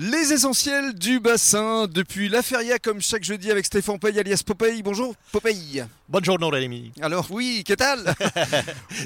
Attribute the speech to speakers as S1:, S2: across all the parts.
S1: Les essentiels du bassin depuis La Feria comme chaque jeudi avec Stéphane Paye alias Popeye. Bonjour Popeye.
S2: Bonjour Rémi.
S1: Alors oui, que tal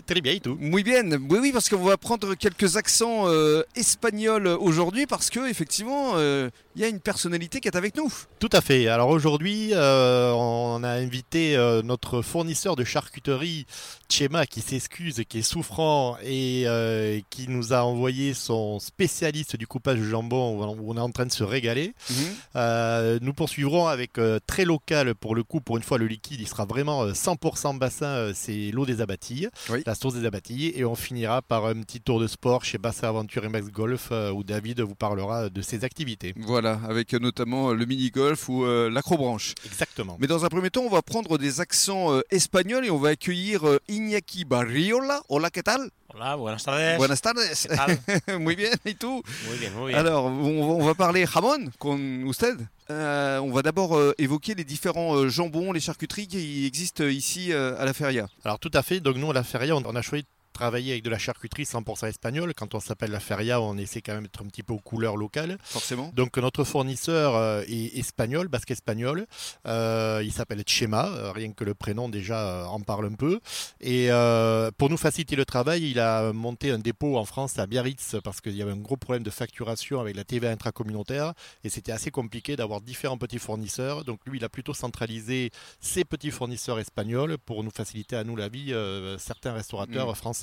S2: Très bien et tout.
S1: Muy bien. Oui oui parce qu'on va prendre quelques accents euh, espagnols aujourd'hui parce que effectivement euh, il y a une personnalité qui est avec nous.
S2: Tout à fait. Alors aujourd'hui, euh, on a invité euh, notre fournisseur de charcuterie, Chema, qui s'excuse, qui est souffrant et euh, qui nous a envoyé son spécialiste du coupage de jambon où on- où on est en train de se régaler.
S1: Mhm.
S2: Euh, nous poursuivrons avec euh, très local pour le coup. Pour une fois, le liquide, il sera vraiment euh, 100% bassin. euh, C'est l'eau des abattilles,
S1: Oui.
S2: la source des abattilles. Et on finira par un petit tour de sport chez Bassin Aventure et Max Golf euh, où David vous parlera de ses activités.
S1: Voilà, avec euh, notamment euh, le mini-golf ou euh, l'acrobranche.
S2: Exactement.
S1: Mais dans un premier temps, on va prendre des accents euh, espagnols et on va accueillir euh, Iñaki Barriola. Hola, que tal
S3: Hola, buenas tardes.
S1: Buenas tardes.
S3: ¿Qué tal?
S1: Muy bien, et tout
S3: Muy bien, muy bien.
S1: Alors, on va, on va parler jamon con usted. Euh, on va d'abord euh, évoquer les différents euh, jambons, les charcuteries qui existent euh, ici euh, à la feria.
S2: Alors tout à fait, donc nous à la Feria, on on a choisi de travailler avec de la charcuterie 100% espagnole. Quand on s'appelle la Feria, on essaie quand même d'être un petit peu aux couleurs locales.
S1: Forcément.
S2: Donc notre fournisseur euh, est espagnol, basque espagnol. Euh, il s'appelle Chema, euh, rien que le prénom déjà euh, en parle un peu. Et euh, pour nous faciliter le travail, il a monté un dépôt en France à Biarritz parce qu'il y avait un gros problème de facturation avec la TVA intracommunautaire et c'était assez compliqué d'avoir différents petits fournisseurs. Donc lui, il a plutôt centralisé ses petits fournisseurs espagnols pour nous faciliter à nous la vie, euh, certains restaurateurs français.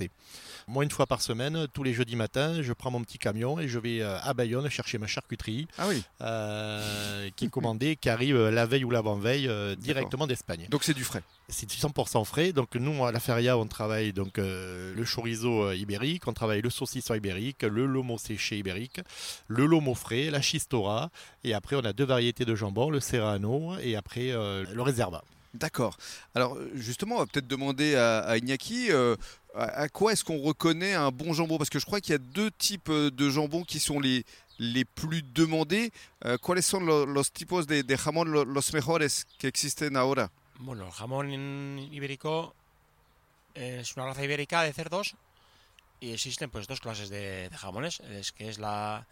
S2: Moi, une fois par semaine, tous les jeudis matins, je prends mon petit camion et je vais euh, à Bayonne chercher ma charcuterie
S1: Ah oui.
S2: euh, qui est commandé, qui arrive euh, la veille ou l'avant-veille euh,
S1: D'accord.
S2: directement d'Espagne.
S1: Donc c'est du frais.
S2: C'est 100% frais. Donc nous, à la Feria, on travaille donc euh, le chorizo euh, ibérique, on travaille le saucisson ibérique, le lomo séché ibérique, le lomo frais, la chistora. Et après, on a deux variétés de jambon, le serrano et après euh, le réserva.
S1: D'accord. Alors euh, justement, on va peut-être demander à, à Iñaki euh, à, à quoi est-ce qu'on reconnaît un bon jambon Parce que je crois qu'il y a deux types euh, de jambons qui sont les les plus demandés. Euh, ¿Cuáles son lo- los tipos de, de jamón lo- los mejores que existen ahora?
S3: Bueno, el jamón en- ibérico eh, es una raza ibérica de cerdos y existen pues dos clases de, de jamones. Es que es la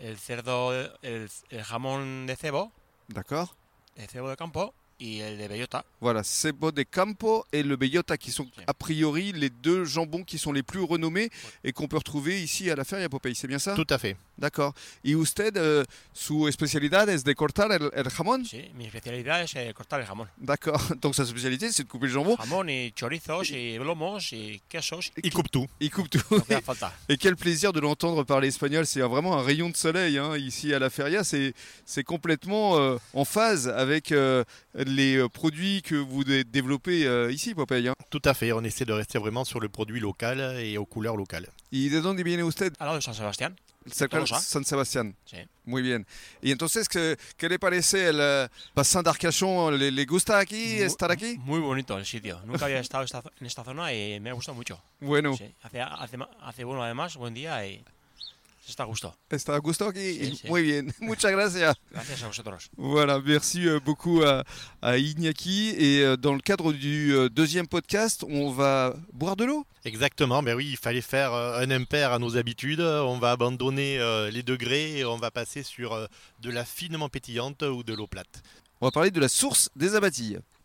S3: el cerdo, el, el jamón de cebo,
S1: D'accord.
S3: de cebo de campo y el de bellota.
S1: Voilà, Sebo de Campo et le Bellota qui sont a priori les deux jambons qui sont les plus renommés et qu'on peut retrouver ici à la Feria Popeye, c'est bien ça
S2: Tout à fait.
S1: D'accord. Et usted, euh, su especialidad es de cortar el, el jamón
S3: Sí, mi especialidad es eh, cortar el jamón.
S1: D'accord. Donc sa spécialité c'est de couper le jambon.
S3: Jamón y chorizos y lomos y quesos,
S2: Il coupe tout.
S1: Il coupe tout.
S3: lo que haga falta.
S1: Et quel plaisir de l'entendre parler espagnol. C'est vraiment un rayon de soleil hein, ici à la Feria. C'est c'est complètement euh, en phase avec euh, les euh, produits que vous dé- développez euh, ici, Popeye. hein.
S2: Tout à fait. On essaie de rester vraiment sur le produit local et aux couleurs locales.
S1: Y de dónde viene usted?
S3: Al lado de San Sebastián,
S1: cerca de
S3: Tolosa.
S1: San Sebastián.
S3: Sí.
S1: Muy bien. Y entonces, ¿qué, qué le parece el eh, bassin d'Arcachon? ¿Le, le gusta aquí,
S3: Mu-
S1: estar aquí?
S3: muy bonito el sitio. Nunca había estado esta- en esta zona y me ha gustado mucho.
S1: Bueno,
S3: Sí, hace, hace, ma- hace bueno además, buen día y se está a gusto.
S1: ¿está a gusto aquí?
S3: Sí, sí.
S1: Muy bien, muchas gracias.
S3: Gracias a vosotros.
S1: Voilà, merci euh, beaucoup à, à Iñaki. Et euh, dans le cadre du euh, deuxième podcast, on va boire de l'eau
S2: Exactement, ben oui, il fallait faire euh, un impair à nos habitudes. On va abandonner euh, les degrés et on va passer sur euh, de la finement pétillante ou de l'eau plate.
S1: On va parler de la source des abatilles.